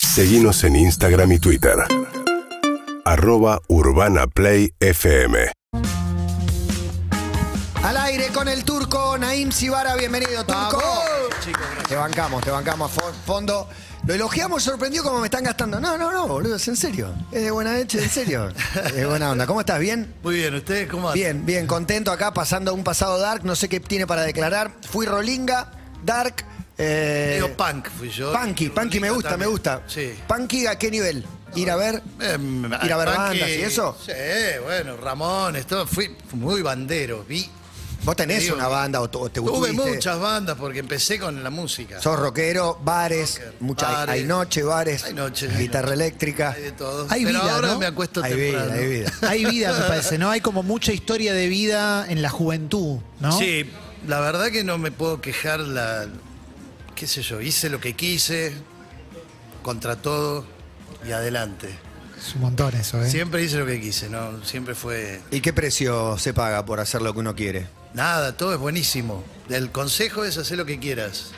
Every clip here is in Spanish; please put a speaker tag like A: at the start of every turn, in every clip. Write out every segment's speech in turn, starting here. A: Seguimos en Instagram y Twitter. Arroba Urbana Play FM.
B: Al aire con el turco Naim Sibara, bienvenido turco. Te bancamos, te bancamos a fo- fondo. Lo elogiamos, sorprendió como me están gastando. No, no, no, boludo, es en serio. Es de buena leche, en serio. Es buena onda. ¿Cómo estás? ¿Bien?
C: Muy bien, ¿ustedes cómo andan?
B: Bien, bien, contento acá, pasando un pasado dark. No sé qué tiene para declarar. Fui rolinga, dark. eh,
C: Medio punk fui yo.
B: punky,
C: Y
B: punky me
C: Rolinga
B: gusta, me
C: también.
B: gusta.
C: Sí.
B: ¿Punky a qué nivel? Ir a ver.
C: Em,
B: Ir a ver
C: punky,
B: bandas y eso.
C: Sí, bueno, Ramones, todo. Fui muy bandero. Vi,
B: ¿Vos tenés
C: digo,
B: una banda o, tu- o te
C: tuve
B: tuviste?
C: muchas bandas porque empecé con la música.
B: Sos rockero, bares,
C: Rocker,
B: mucha, hay-
C: bares.
B: hay noche, bares,
C: Hay noche, hay
B: guitarra
C: noche.
B: eléctrica.
C: Hay de todo.
D: Hay
C: Pero
D: vida,
C: ahora
D: ¿no?
C: me acuesto
B: Hay
C: temprano.
B: vida, hay vida.
D: Hay vida, me parece, ¿no? Hay como mucha historia de vida en la juventud, ¿no?
C: Sí, la verdad que no me puedo quejar. La, ¿Qué sé yo? Hice lo que quise, contra todo y adelante.
D: Es un montón eso, ¿eh?
C: Siempre hice lo que quise, ¿no? Siempre fue
B: ¿Y qué precio se paga por hacer lo que uno quiere?
C: Nada, todo es buenísimo. El consejo es hacer lo que quieras.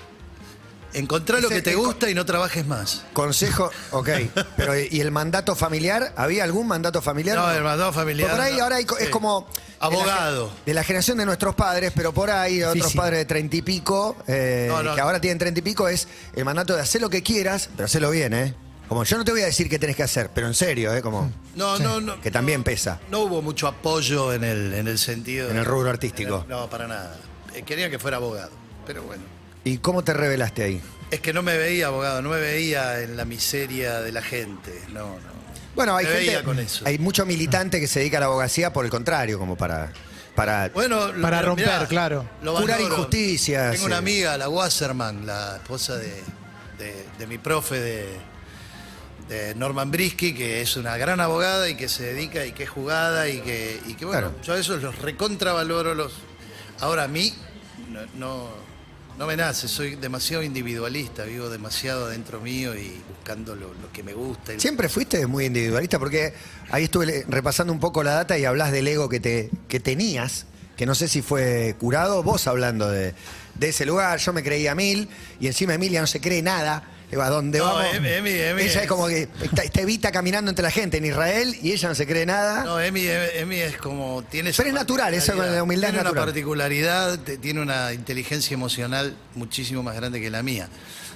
C: Encontrá lo
B: Ese-
C: que te
B: el co-
C: gusta y no trabajes más.
B: Consejo, ok, pero ¿y el mandato familiar? ¿Había algún mandato familiar?
C: No, hermano familiar.
B: Porque por ahí
C: no.
B: ahora hay co- es
C: Sí.
B: como...
C: Abogado.
B: De la, ge- de la generación de nuestros padres, pero por ahí de otros
D: Difícil.
B: padres de treinta y pico, eh,
C: No, no.
B: que ahora tienen treinta y pico, es el mandato de hacer lo que quieras, pero hacerlo bien, ¿eh? Como yo no te voy a decir qué tenés que hacer, pero en serio, ¿eh? Como
D: Mm.
C: No, no, no.
B: que también pesa
C: No hubo mucho apoyo en el, en el sentido.
B: en el rubro artístico.
C: No, para nada. Eh, Quería que fuera abogado. Pero bueno.
B: ¿Y cómo te revelaste ahí?
C: Es que no me veía abogado, no me veía en la miseria de la gente. No, no.
B: Bueno, hay
C: Me veía
B: gente,
C: con eso.
B: hay mucho militante que se dedica a la abogacía por el contrario, como para, para
C: Bueno, lo-
D: Para
C: lo-
D: romper, claro.
C: lo
B: Curar
C: valoro.
B: injusticias,
C: Tengo una
B: eh.
C: amiga, la Wasserman, la esposa de, de- de mi profe de, de Norman Brisky, que es una gran abogada y que se dedica y que es jugada y que, y que, bueno,
B: Claro.
C: yo a esos los recontravaloro. Los... Ahora a mí no, no, no me nace, soy demasiado individualista, vivo demasiado dentro mío y buscando lo, lo que me gusta. y-
B: Siempre fuiste muy individualista porque ahí estuve le- repasando un poco la data y hablas del ego que, te, que tenías, que no sé si fue curado, vos hablando de, de ese lugar, yo me creía mil y encima Emilia no se cree nada. eh, ¿A dónde
C: No,
B: vamos?
C: Emi, Emi, Emi
B: ella es
C: es-
B: como que está, está Evita caminando entre la gente en Israel y ella no se cree nada.
C: No, Emi, Emi es como. Tiene esa
B: Pero es natural, eso con
C: particularidad.
B: la humildad
C: Tiene
B: es natural.
C: una particularidad, te- tiene una inteligencia emocional muchísimo más grande que la mía.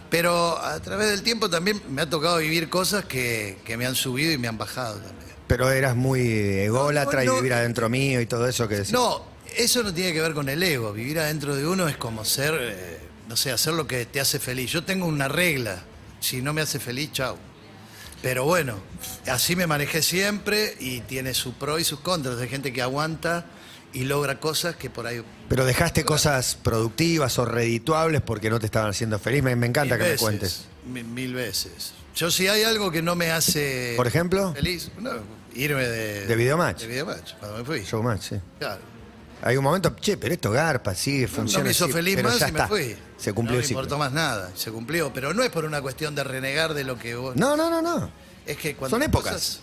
C: Pero a través del tiempo también me ha tocado vivir cosas que, que me han subido y me han bajado también.
B: Pero eras muy ególatra
C: No, no.
B: y vivir adentro mío y todo eso que decís.
C: No, eso no tiene que ver con el ego. Vivir adentro de uno es como ser, eh, no sé, hacer lo que te hace feliz. Yo tengo una regla. Si no me hace feliz, chao. Pero bueno, así me manejé siempre y tiene su pro y sus contras. Hay gente que aguanta y logra cosas que por ahí
B: Pero dejaste cosas productivas o redituables porque no te estaban haciendo feliz. Me, me encanta
C: Mil
B: que
C: veces,
B: me cuentes.
C: mi- Mil, veces. Yo si hay algo que no me hace...
B: ¿Por ejemplo?
C: Feliz. no, irme de...
B: ¿De Videomatch?
C: De Videomatch, cuando me fui.
B: Showmatch, sí.
C: Claro.
B: Hay un momento, che, pero esto garpa, sigue,
C: No,
B: funciona.
C: me hizo
B: sí,
C: feliz
B: pero
C: más y
B: ya está.
C: me fui.
B: Se cumplió
C: No
B: el
C: me
B: ciclo.
C: importó más nada, se cumplió. Pero no es por una cuestión de renegar de lo que vos...
B: No, no, no, no.
C: Es que cuando...
B: Son
C: las
B: épocas.
C: cosas-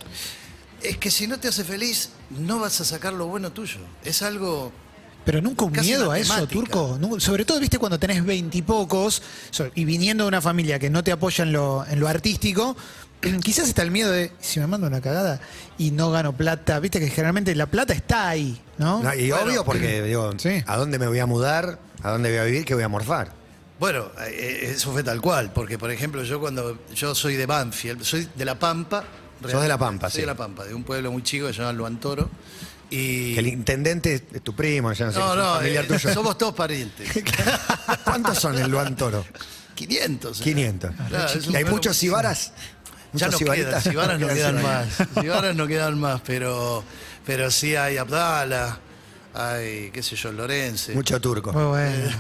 C: es que si no te hace feliz, no vas a sacar lo bueno tuyo. Es algo...
D: Pero nunca un
C: Casi
D: miedo a eso,
C: matemática.
D: Turco. Nu- Sobre todo, viste, cuando tenés veintipocos so- y viniendo de una familia que no te apoya en lo, en lo artístico, quizás está el miedo de, si me mando una cagada y no gano plata, viste que generalmente la plata está ahí, ¿no?
B: No, y
C: Bueno,
B: obvio porque, digo,
D: sí.
B: ¿a dónde me voy a mudar? ¿A dónde voy a vivir? ¿Qué voy a morfar?
C: Bueno, eh, eso fue tal cual, porque por ejemplo yo cuando yo soy de Banfield, soy de La Pampa. realmente,
B: de La Pampa,
C: soy
B: sí.
C: de La Pampa, de un pueblo muy chico que se llama Luantoro. Y
B: Que el intendente es tu primo, ya no sé,
C: no,
B: es un
C: no,
B: familiar
C: eh,
B: tuyo.
C: somos todos parientes.
B: ¿Cuántos son el Luan Toro?
C: 500. eh.
B: 500.
C: Claro, es un
B: y hay
C: pueblo
B: muchos
C: muy-
B: Ibaras.
C: Ya
B: muchos
C: no quedan,
B: ibaritas.
C: Sibaras no quedan
B: Sibaras.
C: más. Sibaras no quedan más, pero, pero sí hay Abdala, hay, qué sé yo, Lorense.
B: Mucho turco.
D: Muy bueno,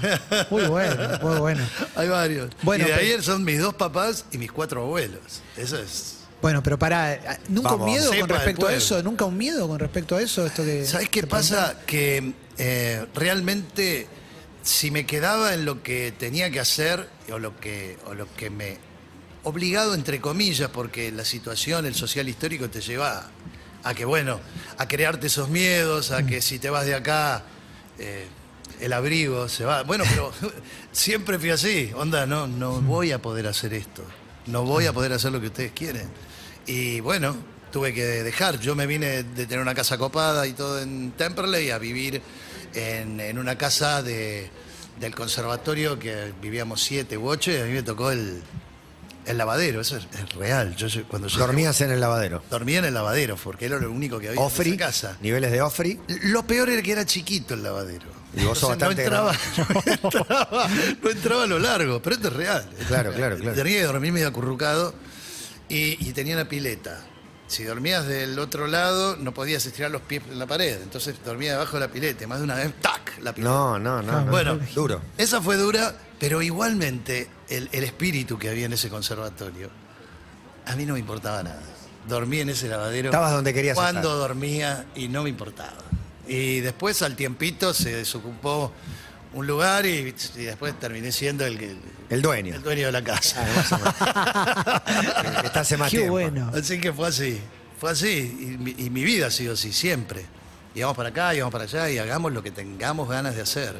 D: muy bueno, muy bueno.
C: Hay varios.
D: Bueno,
C: y de
D: pero-
C: ayer son mis dos papás y mis cuatro abuelos. Eso es.
D: Bueno, pero para nunca
B: Vamos.
D: un miedo
C: Sepa
D: con
C: del
D: respecto a
C: pueblo.
D: eso, nunca un miedo con respecto a eso, esto que
C: ¿Sabes pues, qué
D: que
C: pasa? Que eh, realmente si me quedaba en lo que tenía que hacer o lo que, o lo que me obligado entre comillas, porque la situación, el social histórico te lleva a, a que bueno, a crearte esos miedos, a que si te vas de acá eh, el abrigo se va. Bueno, pero siempre fui así, onda, no, no voy a poder hacer esto. no voy a poder hacer lo que ustedes quieren. Y bueno, tuve que dejar. Yo me vine de tener una casa copada y todo en Temperley a vivir en, en una casa de, del conservatorio que vivíamos siete u ocho y a mí me tocó el, el lavadero. Eso es, es real. Yo, yo- cuando llegué-
B: Dormías en el lavadero.
C: dormía en el lavadero porque era lo único que había en
B: Ofri,
C: esa casa.
B: niveles de Ofri.
C: Lo peor era que era chiquito el lavadero.
B: Y vos sos
C: Entonces, no
B: bastante
C: entraba, no entraba, no entraba a lo largo, pero esto es real.
B: Claro, claro, claro.
C: Tenía que dormir medio acurrucado y, y tenía una pileta. Si dormías del otro lado, no podías estirar los pies en la pared. Entonces dormía debajo de la pileta. y Más de una vez, ¡tac! La pileta.
B: No, no, no. no.
C: Bueno,
B: duro.
C: Esa fue dura, pero igualmente el, el espíritu que había en ese conservatorio, a mí no me importaba nada. Dormí en ese lavadero.
B: Estabas donde querías
C: Cuando
B: estar.
C: dormía y no me importaba. Y después al tiempito se desocupó un lugar y, y después terminé siendo el, que-
B: El dueño.
C: el dueño de la casa.
B: Ah, el que está hace más
E: Qué
B: tiempo.
E: bueno.
C: Así que fue así, fue así. Y mi, y mi vida ha sido así, siempre. Íbamos para acá, íbamos para allá y hagamos lo que tengamos ganas de hacer.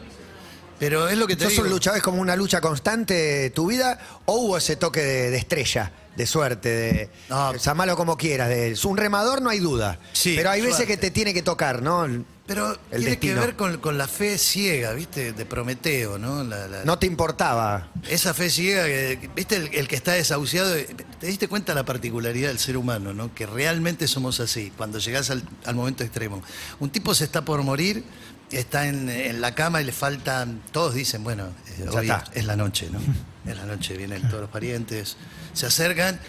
C: Pero es lo que te
B: ¿Sos
C: digo.
B: un luchador? ¿Es como una lucha constante tu vida? ¿O hubo ese toque de, de estrella, de suerte, de
C: No.
B: llamalo como quieras? De, es un remador no hay duda.
C: Sí,
B: Pero hay veces
C: suerte.
B: que te tiene que tocar, ¿no?
C: Pero tiene
B: destino.
C: que ver con, con la fe ciega, ¿viste? De Prometeo, ¿no? La- la-
B: No te importaba.
C: Esa fe ciega, que- ¿viste? El, el que está desahuciado, eh, te diste cuenta la particularidad del ser humano, ¿no? Que realmente somos así, cuando llegás al, al momento extremo. Un tipo se está por morir, está en, en la cama y le faltan, todos dicen, bueno, eh,
B: Ya
C: hoy
B: está.
C: es la noche, ¿no? Es la noche, vienen todos los parientes, se acercan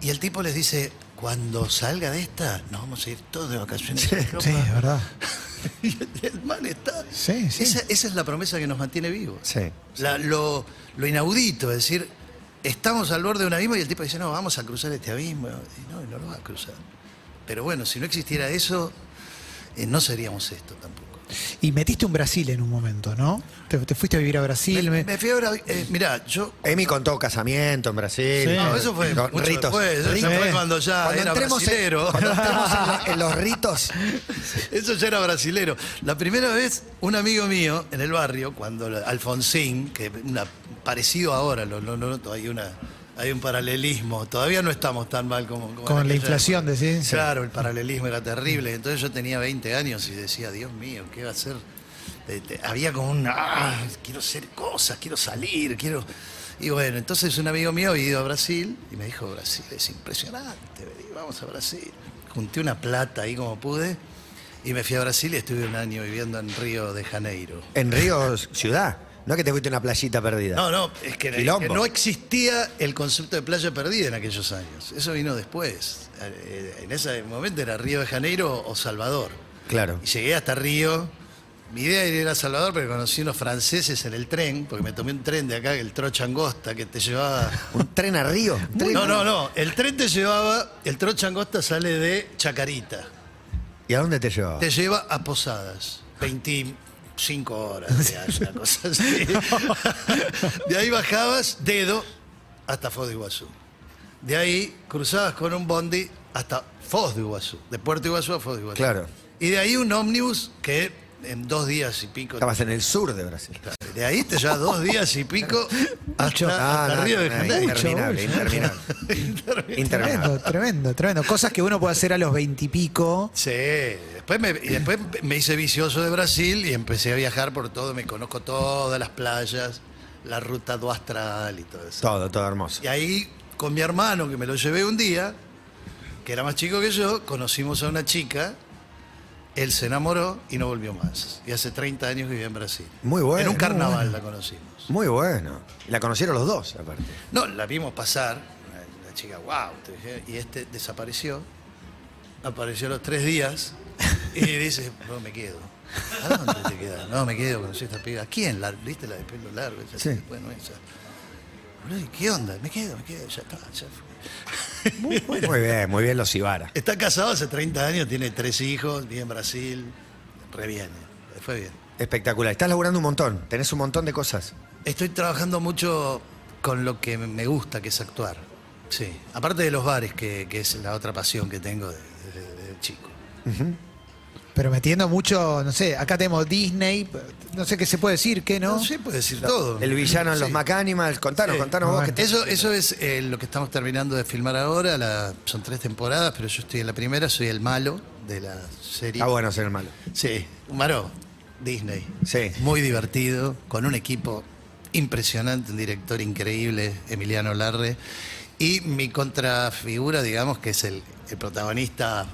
C: y el tipo les dice, cuando salga de esta, nos vamos a ir todos de vacaciones.
D: Sí, es verdad.
C: Y el man está.
D: Sí, sí.
C: Esa, esa es la promesa que nos mantiene vivos.
B: Sí.
C: La- lo, lo inaudito, es decir, estamos al borde de un abismo y el tipo dice, no, vamos a cruzar este abismo. Y no, y no lo va a cruzar. Pero bueno, si no existiera eso, eh, no seríamos esto tampoco.
D: Y metiste un Brasil en un momento, ¿no? Te, te fuiste a vivir a Brasil.
C: me,
D: me-
C: me fui ahora. eh, mirá, yo.
B: Emi contó casamiento en Brasil.
D: Sí.
B: todo.
C: No, eso fue
B: Los
C: mucho
B: ritos.
C: después, eso
D: Ritos.
C: fue cuando ya
B: Cuando
C: era
B: entremos, en,
C: brasilero.
B: cuando entremos en la- en los ritos,
C: Eso ya era brasilero. La primera vez, un amigo mío en el barrio, cuando la- Alfonsín, que una, parecido ahora, lo, lo- lo noto, hay, una, hay un paralelismo. Todavía no estamos tan mal como. como en
D: Con la
C: aquella
D: inflación,
C: época.
D: decís.
C: Claro, el paralelismo era terrible. Entonces yo tenía 20 años y decía, Dios mío, ¿qué va a ser? Eh, te- había como un. "Ah, quiero hacer cosas, quiero salir, quiero. Y bueno, entonces un amigo mío había ido a Brasil y me dijo: Brasil es impresionante, vení, vamos a Brasil. Junté una plata ahí como pude y me fui a Brasil y estuve un año viviendo en Río de Janeiro.
B: en Río Ciudad. No es que te fuiste a una playita perdida.
C: No, no, es que, es que
B: Quilombo.
C: no existía el concepto de playa perdida en aquellos años. Eso vino después. Eh, En ese momento era Río de Janeiro o Salvador.
B: Claro.
C: Y llegué hasta Río. Mi idea era ir a Salvador, pero conocí unos franceses en el tren, porque me tomé un tren de acá, el trocha angosta, que te llevaba.
B: ¿Un tren a Río? ¿Tren?
C: No, no, no. El tren te llevaba. El trocha angosta sale de Chacarita.
B: ¿Y a dónde te llevaba?
C: Te lleva a Posadas. 25 horas, de ahí, una cosa así. De ahí bajabas, dedo, hasta Foz de Iguazú. De ahí cruzabas con un bondi hasta Foz de Iguazú. De Puerto Iguazú a Foz de Iguazú.
B: Claro.
C: Y de ahí un ómnibus que en dos días y pico.
B: Estabas en el sur de Brasil.
C: De ahí te lleva dos días y pico hasta,
B: Ah,
C: hasta
B: no,
C: Río de
B: no,
C: Janeiro.
B: Interminable, interminable.
D: Tremendo,
B: Interminable.
D: tremendo, tremendo. Cosas que uno puede hacer a los veintipico.
C: Sí, después me, y después me hice vicioso de Brasil y empecé a viajar por todo, me conozco todas las playas, la ruta do astral y todo eso.
B: Todo, todo hermoso.
C: Y ahí con mi hermano, que me lo llevé un día, que era más chico que yo, conocimos a una chica, él se enamoró y no volvió más. Y hace 30 años que vivía en Brasil.
B: Muy bueno,
C: En un
B: muy
C: carnaval la conocimos.
B: Muy bueno. Y la conocieron los dos, aparte.
C: No, la vimos pasar, la chica, wow, y este desapareció, apareció a los tres días y dice, no me quedo. ¿A dónde te quedas? No, me quedo, conocí a esta piba. ¿A quién? La, ¿Viste la de pelo largo? Esa,
B: Sí.
C: Bueno, esa. Boludo, ¿Qué onda? Me quedo, me quedo, ya está, ya fue.
B: Muy, bien, muy bien los Ibarra.
C: Está casado hace 30 años, tiene tres hijos, vive en Brasil, re bien, eh, le fue bien.
B: Espectacular. Estás laburando un montón. Tenés un montón de cosas.
C: Estoy trabajando mucho con lo que me gusta, que es actuar. Sí. Aparte de los bares, que, que es la otra pasión que tengo desde de, chico.
D: Pero metiendo mucho, no sé, acá tenemos Disney, no sé qué se puede decir, qué no.
C: No se puede decir todo.
B: El villano en los
C: Sí.
B: McAnimals. Contanos,
C: Sí.
B: contanos vos.
D: Ah,
B: Que te-
C: Eso, eso es eh, lo que estamos terminando de filmar ahora. la- son tres temporadas, pero yo estoy en la primera, soy el malo de la serie.
B: Está Ah, bueno ser el malo.
C: Sí, un Maró, Disney.
B: Sí.
C: Muy divertido, con un equipo impresionante, un director increíble, Emiliano Larre. Y mi contrafigura, digamos, que es el, el protagonista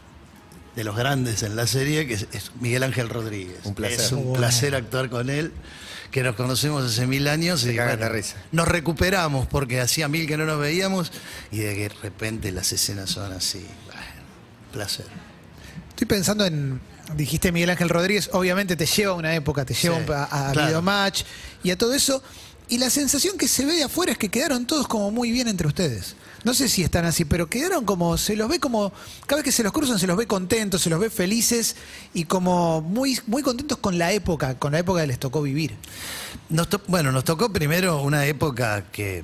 C: de los grandes en la serie, que es, es Miguel Ángel Rodríguez.
B: Un placer.
C: Es un
D: Bueno.
C: placer actuar con él, que nos conocemos hace mil años. y
B: cagan de risa.
C: Nos recuperamos porque hacía mil que no nos veíamos y de repente las escenas son así. Bueno, placer.
D: Estoy pensando en. Dijiste Miguel Ángel Rodríguez, obviamente te lleva a una época, te lleva
C: Sí,
D: a, a
C: claro.
D: Videomatch y a todo eso. Y la sensación que se ve de afuera es que quedaron todos como muy bien entre ustedes. No sé si están así, pero quedaron como, se los ve como, cada vez que se los cruzan, se los ve contentos, se los ve felices y como muy, muy contentos con la época, con la época que les tocó vivir.
C: Nos to- bueno, nos tocó primero una época que,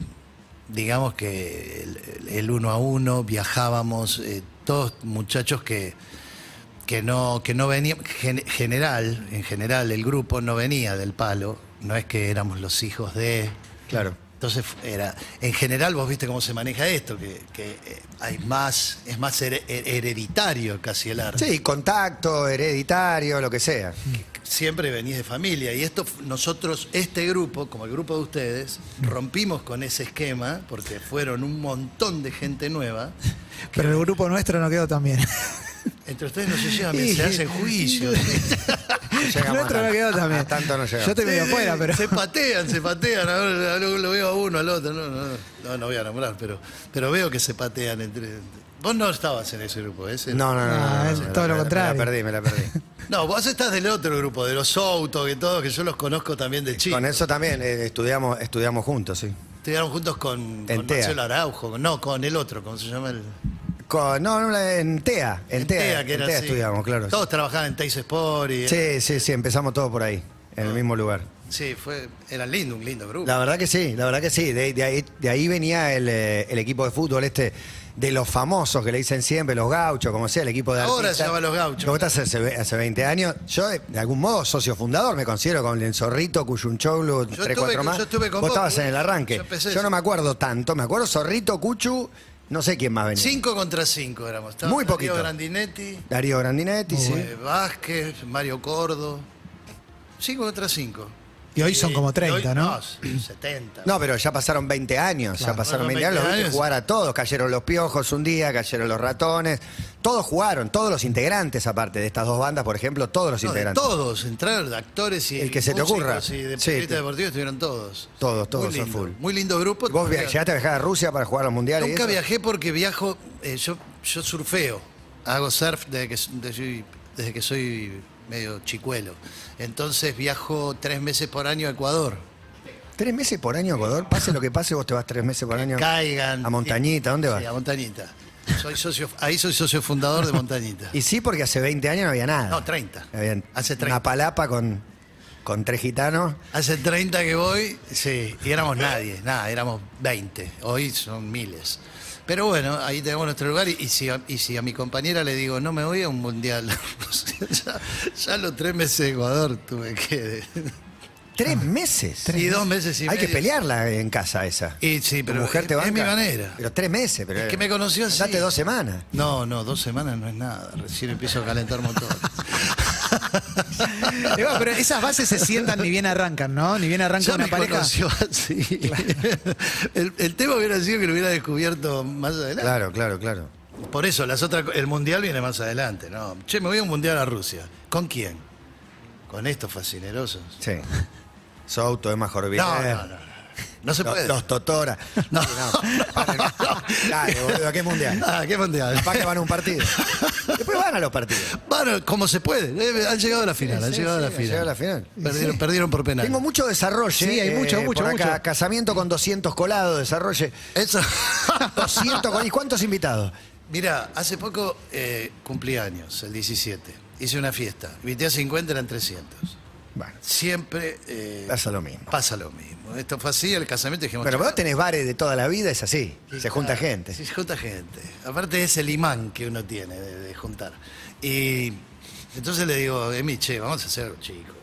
C: digamos que el, el uno a uno, viajábamos, eh, todos muchachos que, que no, que no venían, general, en general el grupo no venía del palo, no es que éramos los hijos de...
B: Claro.
C: Entonces fu- era, en general vos viste cómo se maneja esto, que, que, eh, hay más, es más here- her- hereditario casi el arte.
B: Sí, contacto, hereditario, lo que sea.
C: siempre venís de familia. Y esto, f- nosotros, este grupo, como el grupo de ustedes, rompimos con ese esquema porque fueron un montón de gente nueva.
D: Pero el grupo nuestro no quedó tan bien.
C: Entre ustedes no se llevan, bien,
D: Y-
C: se hacen juicios.
B: Llegamos
D: nuestro no
B: a-
D: quedó tan bien.
B: a tanto no llegamos.
D: Yo te veo afuera, pero.
C: Se patean, se patean. Ahora lo, lo veo a uno, al otro. No, no, no, no, no voy a nombrar, pero, pero veo que se patean entre. Vos no estabas en ese grupo, ese.
B: No, no, no. no,
D: Ah,
B: no,
D: es
B: me la-
D: todo lo
B: me la-
D: contrario.
B: Me la perdí, me la perdí.
C: No, vos estás del otro grupo, de los autos, que todos, que yo los conozco también de chico.
B: Con eso también eh, estudiamos, estudiamos juntos, sí.
C: Estudiaron juntos con,
B: En
C: con
B: TEA.
C: Marcelo Araujo, no, con el otro, ¿cómo se llama el?
B: Con- no, no, la- en TEA. En, TEA,
C: que
B: en
C: era
B: TEA
C: así.
B: estudiamos, claro.
C: Todos trabajaban en Teis Sport y.
B: Sí, sí, sí, empezamos todo por ahí, en el mismo lugar.
C: Sí, fue, era lindo, un lindo grupo.
B: La verdad que sí, la verdad que sí. De, de ahí, de ahí venía el, eh, el equipo de fútbol este, de los famosos que le dicen siempre, los gauchos, como sea, el equipo de
C: Ahora se
B: artistas.
C: llama Los Gauchos.
B: Lo que pasa es que hace, ve- hace 20 años, yo eh, de algún modo socio fundador me considero con el Zorrito, Cuyunchoglu,
C: Yo
B: 3,
C: estuve
B: 4
C: con-
B: más.
C: yo estuve con
B: vos
C: vos,
B: estabas en el
C: Julio.
B: arranque.
C: Yo empecé
B: Yo no
C: eso.
B: me acuerdo tanto, me acuerdo Zorrito, Cuchu, no sé quién más venía.
C: Cinco contra cinco éramos. Estaba
B: Muy
C: Darío
B: poquito.
C: Grandinetti,
B: Darío Grandinetti, sí.
C: eh, Vázquez, Mario Cordo. Cinco contra cinco.
D: Y hoy son como 30, ¿no?
C: 70.
B: No, pero ya pasaron 20 años, ya pasaron 20 años, los
C: 20
B: vi
C: años.
B: jugar a todos, cayeron los piojos un día, cayeron los ratones, todos jugaron, todos los integrantes aparte de estas dos bandas, por ejemplo, todos los
C: No, de
B: integrantes.
C: todos, entraron de actores y
B: El que se te
C: músicos
B: ocurra.
C: Y de
B: Sí, te-
C: periodistas deportivos estuvieron todos.
B: Todos, todos
C: Muy
B: a
C: lindo,
B: full.
C: Muy lindo grupo.
B: ¿Vos via- llegaste a viajar a Rusia para jugar a los mundiales? y
C: Nunca
B: eso?
C: viajé porque viajo, eh, yo, yo surfeo, hago surf desde que, desde- desde que soy medio chicuelo. Entonces viajo tres meses por año a Ecuador.
B: ¿Tres meses por año, Ecuador? Pase lo que pase, vos te vas tres meses por año.
C: Caigan.
B: ¿A Montañita? ¿Dónde vas?
C: Sí, a Montañita. Soy socio, ahí soy socio fundador de Montañita.
B: Y sí, porque hace 20 años no había nada.
C: No, 30.
B: Había
C: Hace
B: Una
C: 30.
B: palapa con, con tres gitanos.
C: Hace 30 que voy, sí, y éramos nadie, nada, éramos 20. Hoy son miles. Pero bueno, ahí tenemos nuestro lugar y, y si, a, y si a mi compañera le digo, no me voy a un mundial, ya, ya los tres meses de Ecuador tuve que...
B: ¿Tres meses?
C: Y Ah. dos meses y
B: Hay que
C: medio.
B: pelearla en casa esa.
C: Y sí,
B: Tu
C: pero
B: mujer te
C: es,
B: banca.
C: es mi manera.
B: Pero tres meses. Pero
C: Es que me conoció así.
B: Date dos semanas.
C: No, no, dos semanas no es nada, recién empiezo a calentar motores.
D: Eh, bueno, pero esas bases se sientan ni bien arrancan, ¿no? Ni bien arranca
C: Ya
D: una
C: me
D: pareja.
C: conoció así. El, el tema hubiera sido que lo hubiera descubierto más adelante.
B: Claro, claro, claro.
C: Por eso, las otras, co- el mundial viene más adelante, ¿no? Che, me voy a un mundial a Rusia. ¿Con quién? Con estos fascinerosos.
B: Sí. Souto, Emma Jorvier.
C: No, no, no, no. No se
B: Los,
C: puede.
B: los Totora.
C: No.
B: Dale, boludo, ¿a qué mundial?
C: Ah, qué mundial.
B: Capaz que van a un partido. Después van a los partidos.
C: Bueno, como se puede. Eh, Han llegado a la final, han
B: Sí,
C: llegado
B: sí,
C: a la
B: han
C: final.
B: llegado a la final.
C: Perdieron, perdieron por penal.
B: Tengo mucho desarrollo.
D: Sí, hay mucho, mucho,
B: por acá,
D: mucho.
B: Casamiento con 200 colados, desarrollo.
C: Eso.
B: 200 colados. ¿Y cuántos invitados?
C: Mira, hace poco eh, cumplí años, el 17. Hice una fiesta. Invité a 50, eran 300.
B: Bueno,
C: Siempre eh,
B: pasa lo mismo.
C: pasa lo mismo. Esto fue así, el casamiento dijimos...
B: Pero
C: "Che, ah,
B: vos tenés bares de toda la vida, es así.
C: Sí,
B: Se junta
C: claro.
B: gente.
C: Sí, se junta gente. Aparte es el imán que uno tiene de, de juntar. Y Entonces le digo, Emi, che, vamos a hacer chico.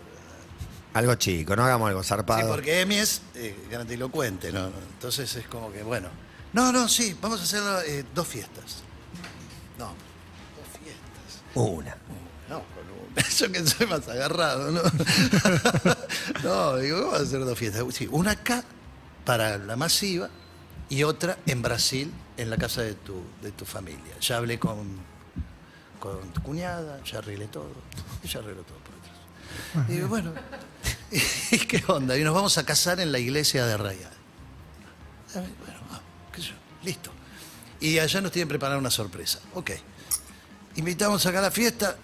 B: Algo chico, no hagamos algo zarpado.
C: Sí, porque Emi es eh, grandilocuente, ¿no? Entonces es como que, bueno. No, no, sí, vamos a hacer eh, dos fiestas. No, dos fiestas.
B: Una.
C: No, con una. Yo que soy más agarrado, ¿no? no, digo, vamos a hacer dos fiestas. Sí, una acá para la masiva y otra en Brasil, en la casa de tu, de tu familia. Ya hablé con, con tu cuñada, ya arreglé todo. Ella arregló todo por atrás. Y digo, bueno, ¿y qué onda? Y nos vamos a casar en la iglesia de Rayal. A ver, Bueno, ah, qué sé yo, listo. Y allá nos tienen preparada una sorpresa. Ok. Invitamos acá a la fiesta,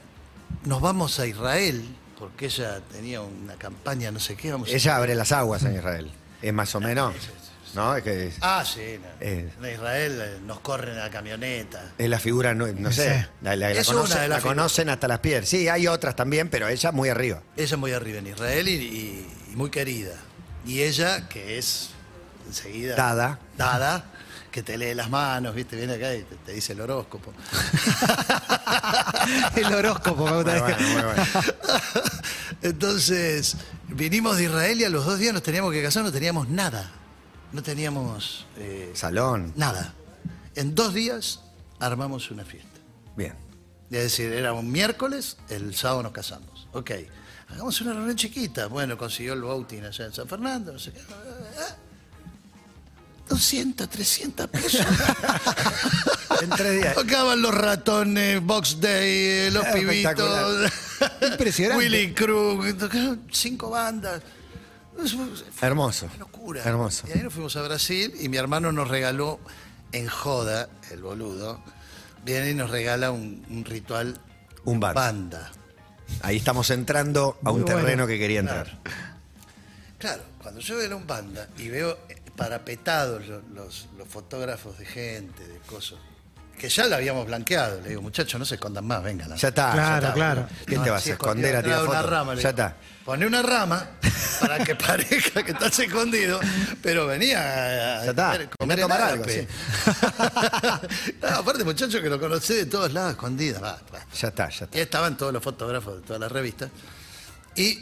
C: nos vamos a Israel, porque ella tenía una campaña, no sé qué, vamos a-
B: Ella abre las aguas en Israel. Es más o menos. ¿No? Es que es,
C: Ah, sí, no.
B: Eh.
C: en Israel eh, nos corren la camioneta.
B: es la figura, no, no sé.
D: sé.
B: La, la- la
C: Es una
B: conocen,
C: de
B: la
C: las
B: conocen hasta las piedras. Sí, hay otras también, pero ella muy arriba.
C: Ella muy arriba en Israel y, y- y muy querida. Y ella, que es enseguida.
B: Dada.
C: Dada, que te lee las manos, ¿viste? Viene acá y te, te dice el horóscopo.
D: El horóscopo, me gusta.
B: Muy bueno, muy bueno.
C: Entonces, vinimos de Israel y a los dos días nos teníamos que casar, no teníamos nada. No teníamos eh,
B: Salón.
C: nada. En dos días armamos una fiesta.
B: Bien.
C: Es decir, era un miércoles, el sábado nos casamos. Ok, hagamos una reunión chiquita. Bueno, consiguió el voting allá en San Fernando, no sé qué. Ah, 200, 300 pesos.
B: En tres días.
C: Tocaban los ratones, Box Day, eh, los
B: Espectacular.
C: pibitos,
D: Impresionante.
C: Willy Krug, tocaron cinco bandas. Fue
B: Hermoso.
C: una locura.
B: Hermoso.
C: Y ahí nos fuimos a Brasil y mi hermano nos regaló en joda, el boludo, viene y nos regala un, un ritual
B: Un bar.
C: banda.
B: Ahí estamos entrando a un
D: Muy bueno.
B: terreno que quería entrar.
C: Claro, cuando yo veo un banda y veo eh, parapetados lo- los, los fotógrafos de gente, de cosas, que ya la habíamos blanqueado, le digo, muchachos, no se escondan más, vengan.
B: Ya está.
D: Claro,
B: ya está,
D: claro.
B: boludo. ¿Quién te vas a esconder a ti?
C: una rama. le
B: Ya
C: digo,
B: está.
C: Poné una rama para que parezca que estás escondido, pero venía a
B: Ya está,
C: comer-
B: venía
C: comer
B: a tomar
C: el
B: algo,
C: árape. No, aparte, muchachos, que lo conocés de todos lados, escondida. basta, basta.
B: Ya está, ya
C: Y
B: está.
C: estaban todos los fotógrafos de todas las revistas. Y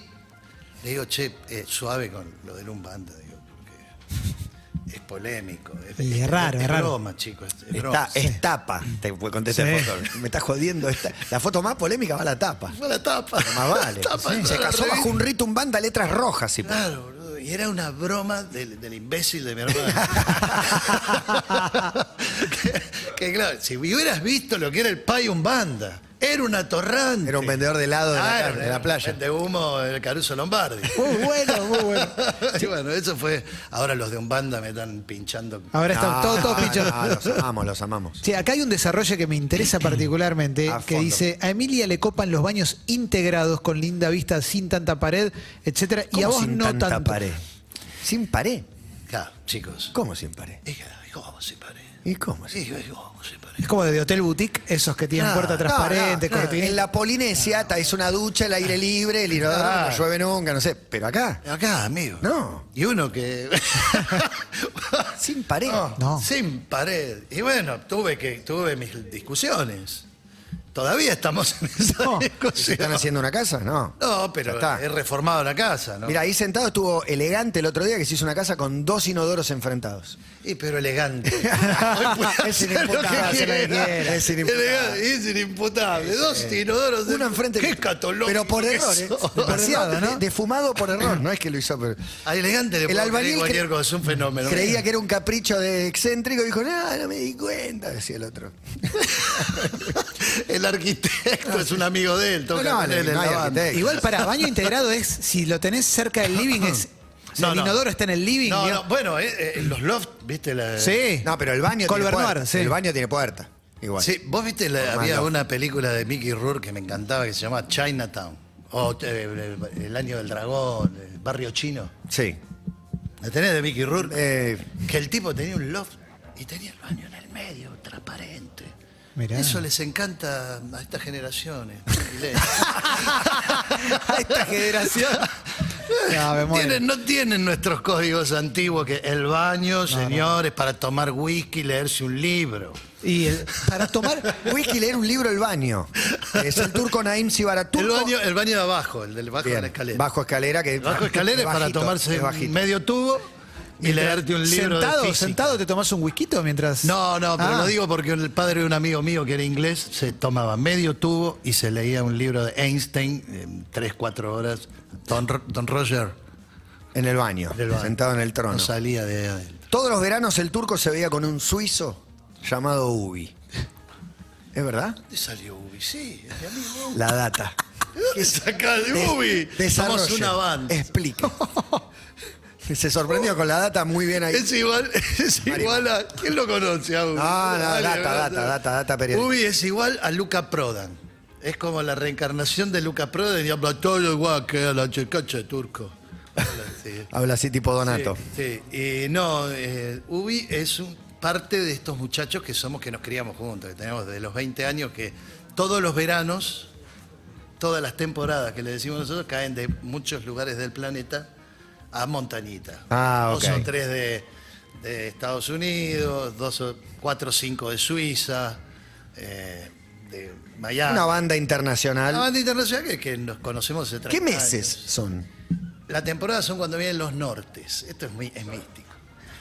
C: le digo, che, eh, suave con lo del Umbanda, digo, porque es polémico. Es,
D: Y es raro, es raro.
C: broma, chicos, es, es broma.
B: Está, es tapa. Te contesté
D: Sí.
B: el fotógrafo. Me estás jodiendo. esta- La foto más polémica va a la tapa.
C: Fue la tapa.
B: Más vale.
C: La tapa de
B: Se
C: toda la
B: casó
C: revista.
B: bajo un rito, un banda, letras rojas. Y...
C: Claro, boludo. Y era una broma del, del imbécil de mi hermano. que, que claro, si hubieras visto lo que era el pay Umbanda, era una torrante.
B: Era un vendedor de helado de la
C: Ah,
B: carne, de la playa. Uh,
C: De humo del Caruso Lombardi.
D: Muy bueno, muy bueno.
C: y bueno, eso fue. Ahora los de Umbanda me están pinchando.
D: Ahora está
B: No,
D: todo, todo
B: no,
D: pinchado.
B: no, los amamos, los amamos.
D: Sí, acá hay un desarrollo que me interesa particularmente,
B: A
D: que
B: fondo.
D: dice, a Emilia le copan los baños integrados con linda vista, sin tanta pared, etcétera, y a
B: ¿Cómo
D: vos
B: sin
D: no
B: tanta
D: tanto.
B: pared? ¿Sin pared?
C: Claro, chicos.
B: ¿Cómo sin pared?
C: Y claro, ¿y ¿Cómo se pare?
B: ¿Y cómo sin
C: Y- y ¿Cómo se pare?
D: Es como de hotel boutique, esos que tienen
C: Claro,
D: puerta
B: No,
D: transparente,
B: no, no.
D: cortinilla.
B: En la Polinesia ta, es una ducha, el aire libre, el inodoro,
C: Claro.
B: no llueve nunca, no sé. Pero acá,
C: Acá, amigo.
B: No.
C: Y uno que.
B: sin pared.
C: No,
D: No.
C: Sin pared. Y bueno, tuve que tuve mis discusiones. Todavía estamos en esa
D: No.
B: ¿Se
C: discusión.
B: están haciendo una casa? No.
C: No,
B: Ya
C: pero
B: está.
C: he reformado la casa, ¿no?
B: Mira, ahí sentado estuvo elegante el otro día que se hizo una casa con dos inodoros enfrentados.
C: Y pero elegante.
B: Es
C: Hacer
B: inimputable,
C: lo que
B: hacer lo que
C: quiera.
B: quiera, es inimputable.
C: Elegante, es inimputable. Dos inodoros.
B: Uno enfrente.
C: Qué escatológico
B: Pero por
C: que
B: error, ¿eh?
C: sos.
B: Por error,
D: ¿no?
B: Defumado por error, no es que lo hizo. Pero...
C: A elegante le
B: El
C: puedo creer
B: albañil
C: cualquier
B: cre-
C: cosa, es un fenómeno.
B: Creía que era un capricho de excéntrico y dijo, no, no me di cuenta, decía el otro.
C: el arquitecto es un amigo de él. toca
B: No, no,
C: con él
B: no
C: en
B: hay
C: la banda.
B: arquitecto.
D: Em, Igual para baño integrado es, si lo tenés cerca del living, es. o sea,
C: No,
D: el
C: no.
D: inodoro está en el living.
C: No,
D: digamos.
C: no, bueno, eh, eh, los loft, ¿viste? La,
D: Sí.
B: No, pero el baño tiene
D: Colbert
B: puerta.
D: Noir, sí.
B: El baño tiene puerta. Igual.
C: Sí, vos viste, la-
B: Por más
C: había
B: loft.
C: una película de Mickey Rourke que me encantaba que se llamaba Chinatown. O eh, el, el año del dragón, el barrio chino.
B: Sí.
C: ¿La tenés de Mickey Rourke?
B: Eh,
C: Que el tipo tenía un loft y tenía el baño en el medio, transparente.
D: Mirá.
C: Eso les encanta a eh, estas generaciones.
D: A esta generación. No, me muero.
C: Tienen- no tienen nuestros códigos antiguos que el baño, señores, para tomar whisky, leerse un libro.
D: Y el- para tomar.
B: Whisky, leer un libro, el baño. Es el turco Naim Sibaraturco.
C: El baño, el baño de abajo, el del bajo
B: Bien,
C: de la escalera.
B: Bajo escalera. Que,
C: Bajo escalera es para
B: bajito,
C: tomarse
B: es bajito.
C: medio tubo y leerte un libro. de
D: Sentado,
C: física.
D: sentado te tomas un whisky mientras.
C: No, no, pero
D: Ah.
C: lo digo porque el padre de un amigo mío que era inglés se tomaba medio tubo y se leía un libro de Einstein en 3, 4 horas. Don, Ro- Don Roger.
B: En el baño,
C: del baño.
B: sentado en el trono.
C: No salía de adentro.
B: Todos los veranos el turco se veía con un suizo llamado Ubi. ¿Es verdad?
C: ¿Dónde salió Ubi? Sí, es mi amigo.
B: La data.
C: ¿Dónde saca de Ubi?
B: Des-
C: Somos
B: desarrolle,
C: una banda.
B: Explique. Se sorprendió con la data muy bien ahí.
C: Es igual, es igual a. ¿Quién lo conoce a Ubi?
B: Ah, no,
C: Nadie,
B: data,
C: ¿verdad?
B: data, data, data periodista.
C: Ubi es igual a Luca Prodan. Es como la reencarnación de Luca Prodan y habla todo igual que a la chicacha turco. Habla así.
B: Habla así tipo Donato.
C: Sí, sí. Eh, no, eh, Ubi es un- parte de estos muchachos que somos, que nos criamos juntos, que tenemos desde los 20 años, que todos los veranos, todas las temporadas que le decimos nosotros, caen de muchos lugares del planeta a Montañita.
B: Ah, ok.
C: Dos o tres de, de Estados Unidos, dos o, cuatro o cinco de Suiza, eh, de Miami.
B: Una banda internacional.
C: Una banda internacional que, que nos conocemos hace 30
B: ¿Qué meses
C: Ah, años.
B: son?
C: La temporada son cuando vienen los nortes. Esto es, muy, es místico.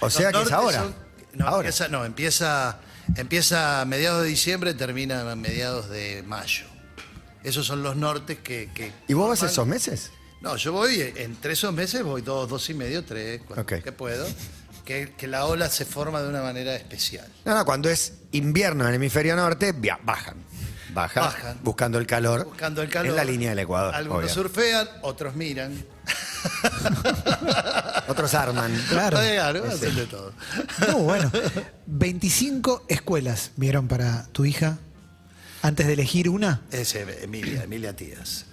B: O
C: Los
B: sea que es
C: nortes
B: ahora.
C: son- no,
B: ahora.
C: Empieza, no, empieza, empieza a mediados de diciembre, termina a mediados de mayo. Esos son los nortes que... que
B: ¿Y vos vas
C: forman-
B: esos meses?
C: No, yo voy, eh, entre esos meses voy dos, dos y medio, tres, cuando
B: Ok.
C: que puedo. Que, que la ola se forma de una manera especial.
B: No, no, cuando es invierno en el hemisferio norte, via- bajan. Bajan.
C: Bajan.
B: Buscando el calor.
C: Buscando el calor.
B: En la línea del Ecuador.
C: Algunos
B: obvio.
C: surfean, otros miran.
B: Otros arman.
D: Claro.
C: Claro, hacen de todo.
D: No, bueno. 25 escuelas vieron para tu hija antes de elegir una.
C: Es eh, Emilia, Emilia Tías.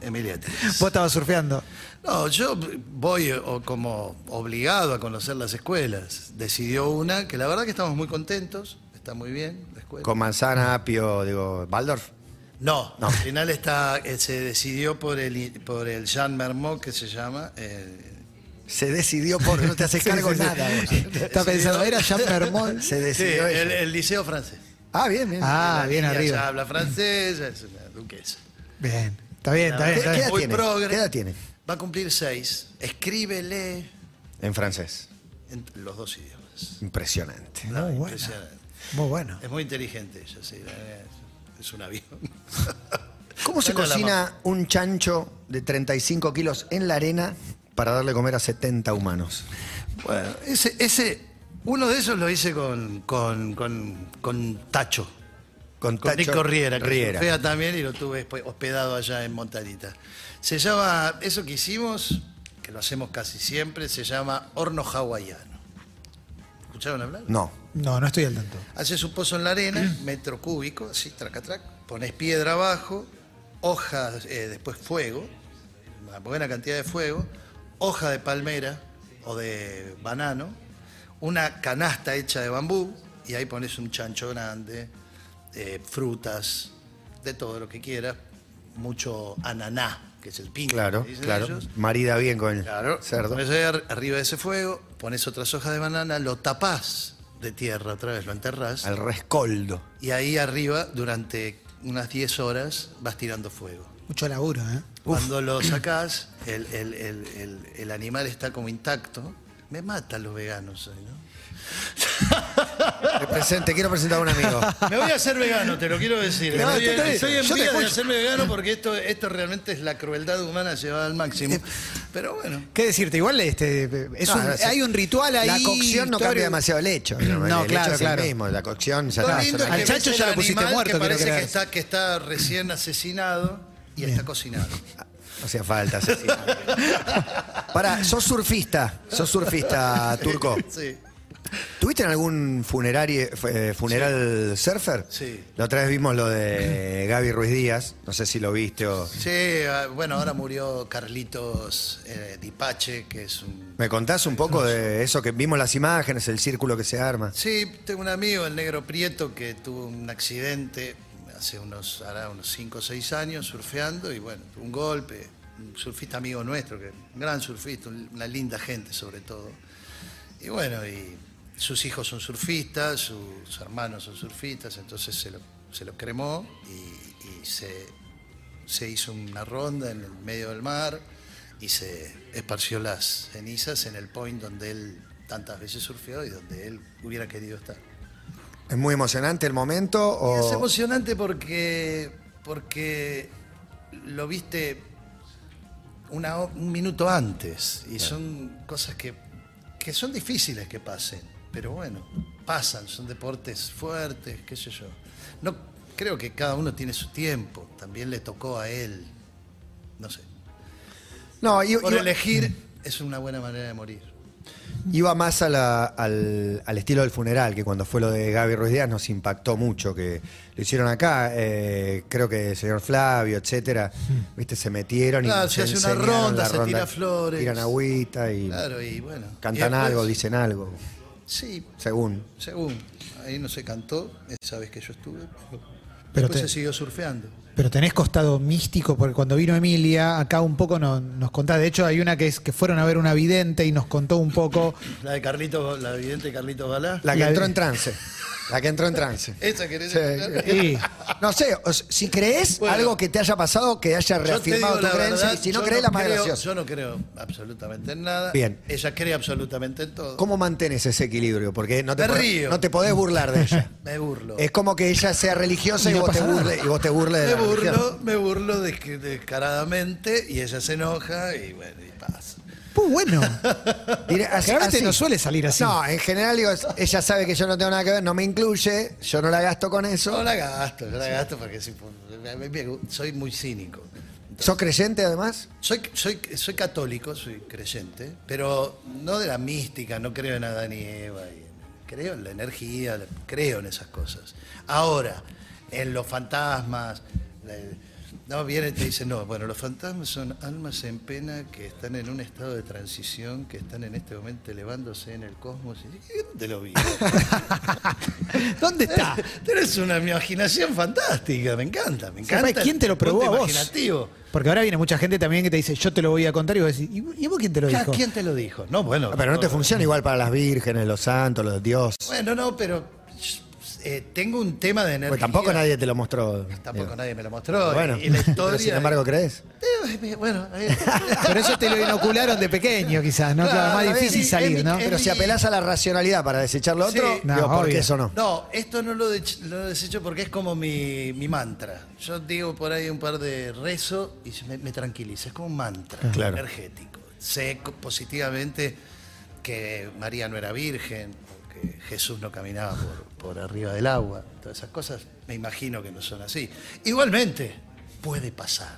C: Emilia Tías.
D: Vos estabas surfeando.
C: No, yo voy eh, o como obligado a conocer las escuelas. Decidió una que la verdad que estamos muy contentos, está muy bien la escuela.
B: Con manzana, apio, digo, Waldorf.
C: No, al final está, eh, se decidió por el, i- por el Jean Mermot que se llama. eh,
B: Se decidió por. No te haces cargo
D: Sí, sí, sí.
B: nada. vos.
D: Está pensando, era Jean Mermont.
B: Se
C: sí,
B: decidió. ella.
C: el, el Liceo Francés.
B: Ah, bien, bien.
D: Ah, bien
C: Ella ya
D: arriba.
C: habla francés, ya es una duquesa.
D: Bien. Está bien, está
B: ¿Qué,
D: bien.
B: qué
D: Está bien.
B: edad
C: Muy
B: tiene?
C: progre.
B: ¿Qué edad tiene?
C: Va a cumplir seis. Escríbele
B: En francés.
C: en los dos idiomas. Ah,
B: Impresionante.
D: Muy bueno.
C: Impresionante.
D: Muy bueno.
C: Es muy inteligente ella, sí. la verdad, Es un avión.
B: ¿Cómo se
C: Dale a la
B: cocina un chancho de 35 kilos en la arena para darle comer a 70 humanos?
C: Bueno, ese, ese, uno de esos lo hice con, con, con, con Tacho. Con
B: Tacho
C: Nico Riera, que
B: Riera.
C: surfea también y lo tuve después hospedado allá en Montanita. Se llama, eso que hicimos, que lo hacemos casi siempre, se llama horno hawaiano. ¿Escucharon hablar?
B: No.
D: No, no estoy al tanto.
C: Haces un pozo en la arena, metro cúbico, así, traca, trac. Pones piedra abajo, hojas, eh, después fuego, una buena cantidad de fuego, hoja de palmera o de banano, una canasta hecha de bambú, y ahí pones un chancho grande, eh, frutas, de todo lo que quieras, mucho ananá, que es el piña.
B: Claro,
C: que dicen
B: claro.
C: ellos.
B: Marida bien con el
C: Claro,
B: cerdo.
C: pones ahí ar- arriba de ese fuego, pones otras hojas de banana, lo tapás de tierra otra vez, lo enterrás.
B: Al rescoldo.
C: Y ahí arriba, durante unas 10 horas, vas tirando fuego.
D: Mucho laburo, ¿eh?
C: Cuando lo sacás, el, el- el- el- el animal está como intacto. Me matan los veganos hoy, ¿no?
B: Te presente, quiero presentar a un amigo.
C: Me voy a hacer vegano, te lo quiero decir.
B: No,
C: Estoy-
B: está bien.
C: estoy en
B: Yo te
C: vías de
B: escucho.
C: hacerme vegano porque esto, esto realmente es la crueldad humana llevada al máximo. Eh, Pero bueno.
D: ¿Qué decirte? Igual este, es
B: No,
D: un-
B: no sé.
D: hay un ritual ahí.
B: La cocción no
D: historia-
B: cambia demasiado el hecho.
D: No,
B: El hecho
D: claro,
B: es el
D: claro.
B: mismo, La cocción ya
C: Lo
B: está.
C: lindo es que
D: Al
C: ves
D: chancho ya
C: el
D: lo pusiste
C: animal
D: muerto,
C: Que
D: creo que
C: parece
D: era
C: que
D: eso.
C: está, que está recién asesinado y está cocinado.
B: No hacía falta. Para, sos surfista. Sos surfista turco.
C: Sí.
B: ¿Tuviste en algún funerario, eh, funeral surfer?
C: Sí.
B: La otra vez vimos lo de Gaby Ruiz Díaz. No sé si lo viste o.
C: Sí, ah, bueno, ahora murió Carlitos eh, Dipache, que es un...
B: ¿Me contás un poco de eso que vimos las imágenes, el círculo que se arma?
C: Sí, tengo un amigo, el negro Prieto, que tuvo un accidente hace unos, hará unos 5 o 6 años surfeando y bueno, tuvo un golpe, un surfista amigo nuestro, que un gran surfista, un- una linda gente sobre todo. Y bueno, y sus hijos son surfistas, sus hermanos son surfistas, entonces se lo, se lo cremó y, y se, se hizo una ronda en el medio del mar y se esparció las cenizas en el point donde él tantas veces surfeó y donde él hubiera querido estar.
B: ¿Es muy emocionante el momento?
C: Y Es
B: O...
C: emocionante porque, porque lo viste una ho- un minuto antes y son cosas que, que son difíciles que pasen, pero bueno, pasan, son deportes fuertes, qué sé yo. No, creo que cada uno tiene su tiempo, también le tocó a él, no sé.
B: No, i-
C: Por
B: iba, Mm.
C: elegir es una buena manera de morir.
B: iba más a la- al, al estilo del funeral, que cuando fue lo de Gaby Ruiz Díaz nos impactó mucho, que lo hicieron acá, eh, creo que el señor Flavio, etcétera, viste, se metieron
C: Hmm. Claro,
B: y
C: se hace una
B: enseñaron
C: ronda,
B: la
C: se tira flores.
B: Tiran agüita y
C: Claro, y bueno.
B: cantan
C: Y después-
B: algo, dicen algo,
C: Sí,
B: según.
C: Según, ahí no se cantó, esa vez que yo estuve, pero
D: Pero
C: después
D: te-
C: se siguió surfeando.
D: Pero tenés costado místico, porque cuando vino Emilia, acá un poco no- nos contás. De hecho, hay una que es que fueron a ver una vidente y nos contó un poco.
C: La de Carlitos, la vidente Carlitos Balá.
B: La que
D: La-
B: entró en trance, la que entró en trance.
C: Esa querés
B: Sí.
C: escuchar?
D: Y
B: No sé, o s- si crees
C: Bueno.
B: algo que te haya pasado, que haya
C: Yo te
B: reafirmado tu
C: digo la
B: creencia,
C: verdad,
B: y si no
C: yo
B: crees, la más
C: creo-
B: graciosa.
C: Yo no creo absolutamente en nada.
B: Bien.
C: Ella cree absolutamente en todo.
B: ¿Cómo mantienes ese equilibrio? Porque no te,
C: Me
B: po-
C: río.
B: no te podés burlar de ella.
C: Me burlo.
B: es como que ella sea religiosa y,
D: No
B: vos te
D: pasa nada.
B: burles, y vos te burles de
C: me
B: la religión.
C: burlo, me burlo desque- descaradamente y ella se enoja y bueno, y pasa.
D: pues bueno.
B: Diré, así-
D: Generalmente
B: así.
D: no suele salir así.
B: No, en general digo, es- ella sabe que yo no tengo nada que ver, no me incluye, yo no la gasto con
C: Yo
B: eso.
C: la gasto, yo la gasto porque sí, me- me- me- soy muy cínico.
B: ¿Sos creyente además?
C: Soy, soy, soy católico, soy creyente, pero no de la mística, no creo en Adán y Eva. y en- creo en la energía, creo en esas cosas. Ahora, en los fantasmas, eh, no vienen y te dicen, no, bueno, los fantasmas son almas en pena que están en un estado de transición, que están en este momento elevándose en el cosmos. ¿Y dónde lo vi?
D: ¿Dónde está?
C: Tienes una imaginación fantástica, me encanta, me encanta.
D: Además, ¿Quién te lo probó a
C: Ponte
D: vos?
C: Imaginativo.
D: Porque ahora viene mucha gente también que te dice, yo te lo voy a contar. Y vos decís, ¿y y vos quién te lo
C: Ah,
D: dijo?
C: ¿Quién te lo dijo? No, bueno.
B: Ah, Pero no te funciona igual para las vírgenes, los santos, los dioses.
C: Bueno, no, pero eh, tengo un tema de energía.
B: Porque tampoco nadie te lo mostró.
C: Tampoco
B: digo.
C: nadie me lo mostró.
B: Bueno,
C: y la historia.
B: pero sin embargo, ¿crees?
C: Eh, bueno, eh,
D: Pero eso te lo inocularon de pequeño, quizás, ¿no?
C: Claro,
D: Claro,
C: está
D: más
C: bien,
D: difícil
C: sí,
D: salir,
C: es
D: ¿no?
C: mi-
B: Pero
C: es
B: si apelás a la racionalidad para desechar lo otro,
C: Sí.
D: No,
B: digo, ¿por
D: obvio.
B: qué eso no?
C: no, esto no lo, dech- lo desecho porque es como mi, mi mantra. Yo digo por ahí un par de rezo y se me, me tranquiliza. Es como un mantra
B: Claro.
C: energético. Sé co- positivamente que María no era virgen, o que Jesús no caminaba por, por arriba del agua. Todas esas cosas me imagino que no son así. Igualmente, puede pasar.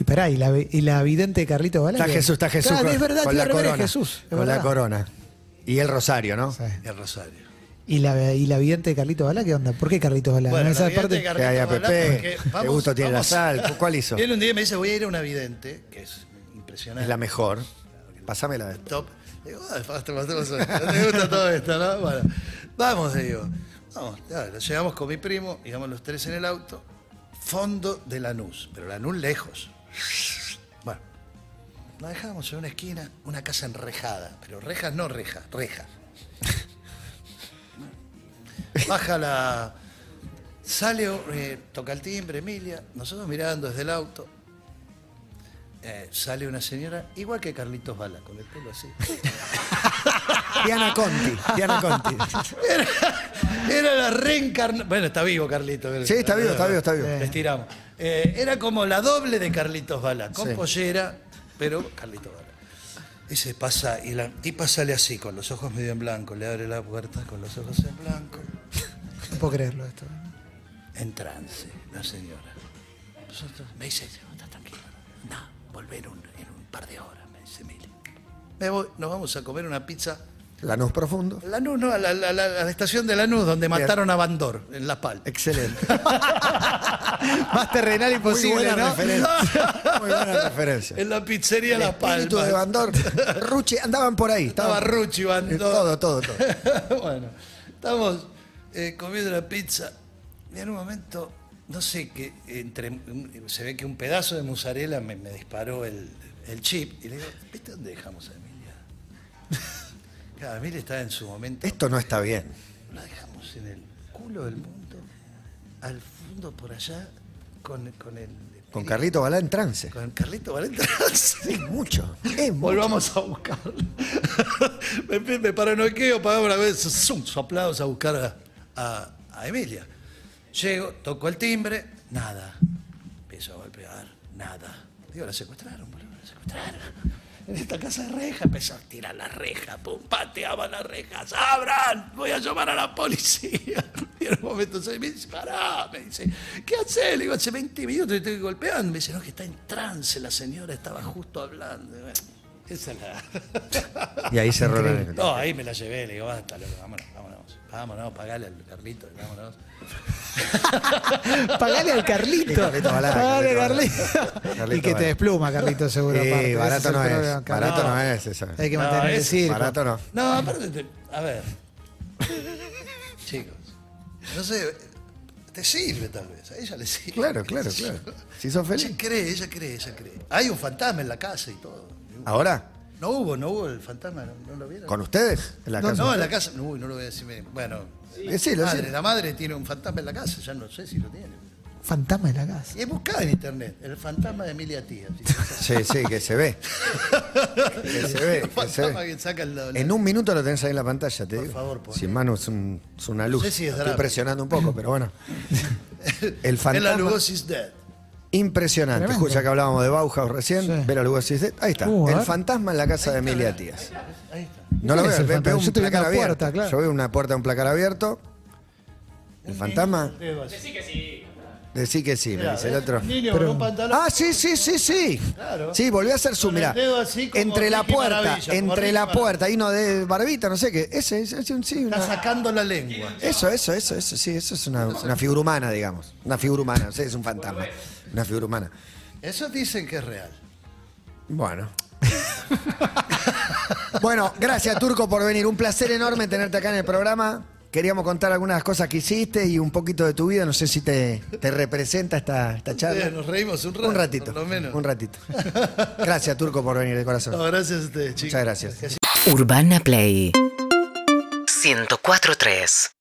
D: Y pará, y la, vi- y la vidente de Carlito Balá.
B: Está Jesús, está Jesús.
D: Claro,
B: con,
D: es verdad,
B: con
D: te
B: la
D: iba a rever a
B: corona.
D: Jesús. es
B: con la
D: verdad.
B: corona. Y el rosario, ¿no?
D: Sí.
C: El rosario.
D: ¿Y la, y la vidente de Carlito Balá, ¿qué onda? ¿Por qué Carlito Balá?
C: Bueno,
D: ¿No?
C: la
D: Esa
C: vidente
D: parte-
C: de Carlito
B: Que haya
C: Balá,
B: Pepe,
C: porque
B: te
C: vamos-
B: gusto tiene la
C: vamos-
B: sal. ¿Cuál hizo?
C: Viene un día y me dice, voy a ir a una vidente, que es impresionante.
B: Es la mejor. Pásamela.
C: Top. Digo, ah, basta, basta, basta. te gusta todo esto, ¿no? Bueno, vamos, le digo. Vamos, ya, lo llegamos con mi primo, íbamos los tres en el auto, fondo de Lanús, pero Lanús lejos. Bueno, nos dejamos en una esquina, una casa enrejada, pero rejas no rejas, rejas. Baja la. Sale, eh, toca el timbre, Emilia, nosotros mirando desde el auto. eh, sale una señora, igual que Carlitos Bala, con el pelo así.
B: Diana Conti. Diana Conti.
C: Era la reencarnación. Bueno, está vivo Carlitos.
B: Sí, está vivo, está vivo, está vivo.
C: Les tiramos. Eh, era como la doble de Carlitos Bala, con
B: Sí.
C: pollera, pero Carlitos Bala. Y se pasa, y la tipa sale así, con los ojos medio en blanco, le abre la puerta con los ojos en blanco.
D: No puedo creerlo esto.
C: En trance, la señora. Nosotros, me dice, está tranquilo. No, volver un- en un par de horas, me dice Mili. Me voy, nos vamos a comer una pizza
B: Lanús profundo.
C: Lanús, no, a la, la- la- a la estación de Lanús, donde mataron a Bandor, en La Palma.
B: Excelente.
D: Más terrenal
B: Muy
D: imposible,
B: buena
D: ¿no?
B: referencia. Muy buena referencia.
C: En la pizzería
B: El
C: La
B: espíritu de
C: Palma.
B: Bandor. Ruche, andaban por ahí.
C: Estaba
B: estaban-
C: Ruchi,
B: Eh,
C: Bandor.
B: Todo, todo, todo.
C: bueno, estamos eh, comiendo la pizza. Y en un momento, no sé qué, entre, un- se ve que un pedazo de mozzarella me, me disparó el, el chip. Y le digo, ¿viste dónde dejamos a Emilia? Claro, Emil está en su momento.
B: Esto no está bien.
C: La dejamos en el culo del mundo, al fondo por allá, con, con el.
B: Con Carlito Balá en trance.
C: Con Carlito Valentas.
B: Es mucho. Es mucho.
C: Volvamos a buscar. me, pi- me paranoiqueo, pagamos una vez, zum, soplados a buscar a, a- a Emilia. Llego, toco el timbre, nada. Empiezo a golpear, nada. Digo, la secuestraron, boludo, la secuestraron. En esta casa de reja, empezó a tirar la reja, pum, pateaba las rejas, abran, voy a llamar a la policía. Y en un momento se me dice, pará, me dice, ¿qué haces? Le digo, hace 20 minutos te estoy golpeando. Me dice, no, que está en trance la señora, estaba justo hablando. Y bueno, esa es la...
B: Y ahí cerró la anécdota.
C: No, ahí me la llevé, le digo, basta, loco, vámonos, vámonos. Vámonos, pagale al Carlito, vámonos.
D: Pagale al Carlito.
B: Carlito Balá,
D: Pagale al
B: Carlito
D: Carlito.
B: Carlito
D: y que te
B: Balá.
D: despluma, Carlito, seguro.
B: Sí,
D: aparte. Ese
B: barato
D: el
B: no es,
D: problema, Carlito.
B: barato no es eso.
D: Hay que
C: No,
D: mantener el
C: es
D: circo.
B: Barato no.
C: No, aparte, te- a ver. Chicos, no sé, te sirve tal vez, a ella le sirve.
B: Claro, claro, claro. Si sos
C: Ella
B: feliz.
C: cree, ella cree, ella cree. Hay un fantasma en la casa y todo.
B: ¿Ahora?
C: No hubo, no hubo el fantasma, no, no lo vieron.
B: ¿Con ustedes? En la
C: no,
B: casa.
C: no, en la casa, no, uy, no lo voy a decir. Bueno,
B: Decilo,
C: madre,
B: decilo.
C: la madre tiene un fantasma en la casa, ya no sé si lo tiene.
D: Fantasma de la casa.
C: Y he buscado en internet, el fantasma de Emilia Tía. chicos.
B: Sí, sí, que se ve. Que se ve, que se
C: fantasma
B: ve.
C: que saca el
B: En un minuto lo tenés ahí en la pantalla, te digo.
C: favor, ponelo.
B: Sin mano es, un- es una luz.
C: No sé si es
B: Estoy
C: drama.
B: presionando un poco, pero bueno. El
C: Bela
B: fantasma.
C: Lugosi is dead.
B: Impresionante.
D: Tremendo.
B: Escucha que hablábamos de Bauhaus recién.
D: Sí.
B: Bela Lugosi. Ahí está.
D: Uh, a
B: el
D: ver.
B: fantasma en la casa de Emilia Tías.
C: Ahí está.
B: No lo
D: ¿Cuál
B: veo,
D: es el
B: ve-
D: fantasma?
B: veo
D: Yo
B: un
D: estoy viendo
B: placar
D: la
B: abierto.
D: puerta, claro.
B: Yo veo una puerta, un placar abierto. ¿El fantasma?
C: Dedo así.
B: Decí que sí, me dice el otro.
C: Niño
D: Pero-
C: con un pantalón.
B: Ah, sí, sí, sí, sí.
C: Claro.
B: Sí, volvió a hacer su,
C: Con el
B: mirá.
C: dedo así como
B: Entre la
C: Ricky
B: puerta,
C: Maravilla, como
B: entre
C: Ricky
B: la
C: Maravilla.
B: puerta, y uno de barbita, no sé qué. Ese, ese, ese, sí,
C: Está
B: una-
C: sacando la lengua.
B: Eso, eso, eso, eso, sí, eso es una, una figura humana, digamos. Una figura humana, no sé, es un fantasma. Una figura humana.
C: Eso dicen que es real.
B: Bueno. bueno, gracias Turco por venir. Un placer enorme tenerte acá en el programa. Queríamos contar algunas cosas que hiciste y un poquito de tu vida. No sé si te, te representa esta, esta
C: Eh,
B: charla.
C: Nos reímos un rato.
B: Un ratito.
C: Por lo menos.
B: Un ratito. Gracias Turco por venir de corazón.
C: No, gracias a ustedes, chicos.
B: Muchas gracias.
E: Urbana Play 1043